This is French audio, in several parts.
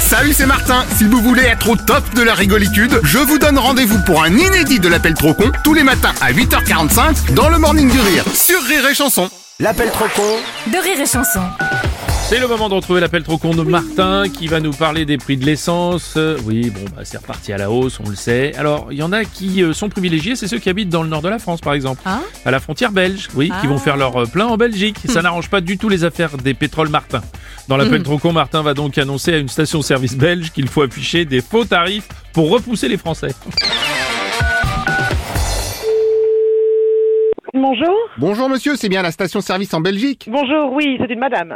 Salut, c'est Martin. Si vous voulez être au top de la rigolitude, je vous donne rendez-vous pour un inédit de l'appel trop con tous les matins à 8h45 dans le Morning du Rire sur Rire et Chanson. L'appel trop con de rire et chanson. C'est le moment de retrouver l'appel trop con de Martin qui va nous parler des prix de l'essence. Euh, Oui, bon, bah, c'est reparti à la hausse, on le sait. Alors, il y en a qui euh, sont privilégiés, c'est ceux qui habitent dans le nord de la France, par exemple, Ah. à la frontière belge, oui, qui Ah. Hmm. vont faire leur euh, plein en Belgique. Ça n'arrange pas du tout les affaires des pétroles Martin. Dans l'appel trop con, Martin va donc annoncer à une station-service belge qu'il faut afficher des faux tarifs pour repousser les Français. Bonjour. Bonjour, monsieur, c'est bien la station-service en Belgique. Bonjour, oui, c'est une madame.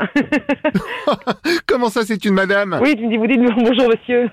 Comment ça, c'est une madame Oh, oui, tu me dis, vous dites bonjour monsieur.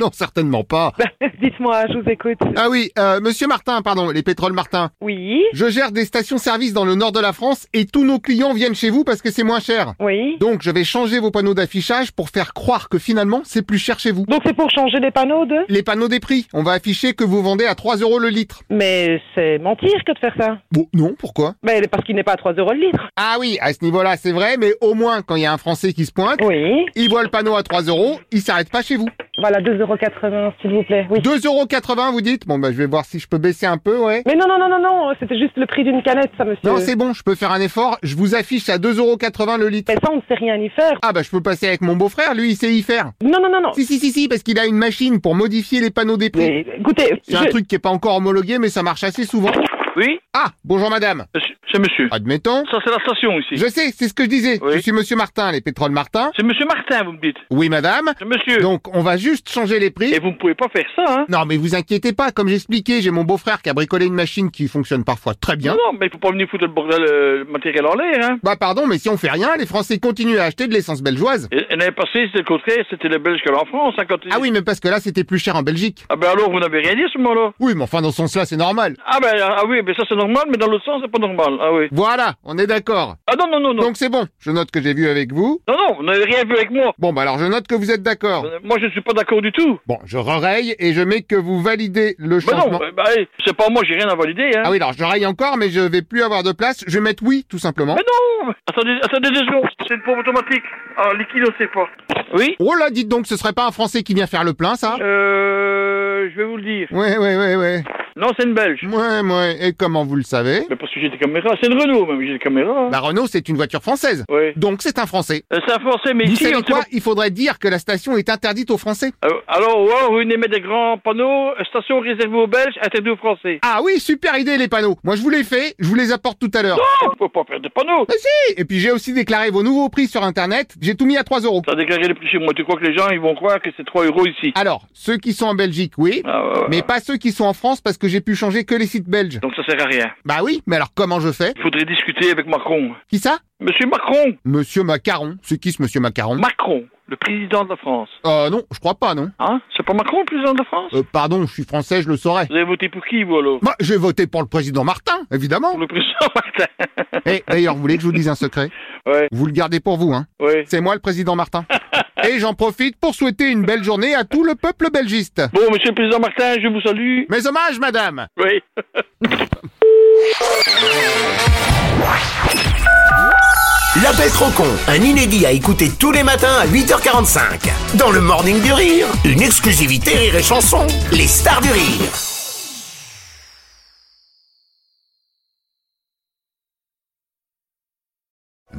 Non, certainement pas. Dites-moi, je vous écoute. Ah oui, euh, monsieur Martin, pardon, les pétroles Martin. Oui, Je gère des stations-service dans le nord de la France et tous nos clients viennent chez vous parce que c'est moins cher. oui. Donc, je vais changer vos panneaux d'affichage pour faire croire que finalement, c'est plus cher chez vous. Donc c'est pour changer les panneaux de Les panneaux des prix, on va afficher que vous vendez à 3 euros le litre. Mais c'est mentir que de faire ça. Bon, non, pourquoi Mais parce qu'il n'est pas à 3 euros le litre. Ah oui, à ce niveau-là, c'est vrai, mais au moins, quand il y a un Français qui se pointe, Oui. il voit le panneau à 3 euros, il s'arrête pas chez vous. Voilà, 2,80 euros s'il vous plaît. Oui. 2,80 euros, vous dites Bon, bah, je vais voir si je peux baisser un peu, ouais. Mais non, non, non, non, non, c'était juste le prix d'une canette, ça monsieur. Non, c'est bon, je peux faire un effort, je vous affiche à 2,80 euros le litre. Mais ça, on ne sait rien y faire. Ah bah, je peux passer avec mon beau-frère, lui, il sait y faire. Non, non, Oh. non, non. Si, si, si, si, parce qu'il a une machine pour modifier les panneaux des prix. Mais écoutez, C'est un je- truc qui est pas encore homologué, mais ça marche assez souvent. Oui, Euh, Ah, bonjour madame. c'est c'est monsieur. Admettons. Ça, c'est la station ici. Je sais, c'est ce que je disais. Oui. Je suis monsieur Martin, les pétroles Martin. C'est monsieur Martin, vous me dites. Oui, madame. C'est monsieur. Donc, on va juste changer les prix. Et vous ne pouvez pas faire ça, hein. Non, mais vous inquiétez pas, comme j'expliquais, j'ai mon beau-frère qui a bricolé une machine qui fonctionne parfois très bien. Non, mais il faut pas venir foutre le bordel, euh, le matériel en l'air, hein. Bah pardon, mais si on fait rien, les Français continuent à acheter de l'essence belgeoise. Et, et l'année passée, c'était le contraire, c'était les Belges que en France, hein, quand ils- Ah oui, mais parce que là, c'était plus cher en Belgique. Ah ben alors, vous n'avez rien dit à ce moment-là. Oui, mais enfin, dans ce sens-là, c'est normal. Ah ben, ah oui, mais ça c'est normal, mais dans l'autre sens, c'est pas normal. Ah oui. Voilà, on est d'accord. Ah non, non, non, non. Donc c'est bon, je note que j'ai vu avec vous. Non, non, vous n'avez rien vu avec moi. Bon, bah alors, je note que vous êtes d'accord. Euh, Moi, je ne suis pas d'accord du tout. Bon, je raye et je mets que vous validez le Mais changement. non, euh, bah, eh, c'est pas moi, j'ai rien à valider, hein. Ah oui, alors je raye encore, mais je vais plus avoir de place. Je vais mettre oui, tout simplement. Mais non Attendez, attendez deux secondes. C'est une pompe automatique. Ah, liquide, on sait pas. Oui Oh là, dites donc, ce serait pas un Français qui vient faire le plein, ça Euh... Je vais vous le dire. Ouais, ouais, ouais, ouais. Non, c'est une Belge. Ouais, ouais. Et comment vous le savez Mais parce que j'ai des caméras. C'est une Renault, même, j'ai des caméras. hein. La Renault, c'est une voiture française. Oui. Donc c'est un Français. Bah. Euh, C'est un Français, mais Vous ici, savez on sait quoi Il faudrait dire que la station est interdite aux Français. pas- Euh, alors, ouais, vous venez mettre des grands panneaux, euh, station réservée aux Belges, interdit aux Français. Ah oui, super idée les panneaux. Moi je vous les fais, je vous les apporte tout à l'heure. Ah, on peut pas faire de panneaux. Ah, si Et puis j'ai aussi déclaré vos nouveaux prix sur internet, j'ai tout mis à 3 euros. Ça a déclaré les prix chez moi. Tu crois que les gens, ils vont croire que c'est 3 euros ici Alors, ceux qui sont en Belgique, oui. Ah, ouais, ouais. Mais pas ceux qui sont en France parce que j'ai pu changer que les sites belges. Donc ça sert à rien. Bah oui, mais alors comment je fais Il faudrait discuter avec Macron. Qui ça Monsieur Macron Monsieur Macaron. C'est qui ce monsieur Macaron Macron, le président de la France. Euh non, je crois pas non. Hein C'est pas Macron, le président de la France Euh pardon, je suis français, je le saurais. Vous avez voté pour qui, vous, alors Moi, j'ai voté pour le président Martin, évidemment. Pour le président Martin. Eh, d'ailleurs, vous voulez que je vous dise un secret Ouais. Vous le gardez pour vous, hein. ouais. C'est moi le président Martin. Et j'en profite pour souhaiter une belle journée à tout le peuple belgiste. Bon, monsieur le président Martin, je vous salue. Mes hommages, madame Oui. L'appel trop con, un inédit à écouter tous les matins à 8h45. Dans le Morning du Rire, une exclusivité Rire et Chanson, les stars du rire.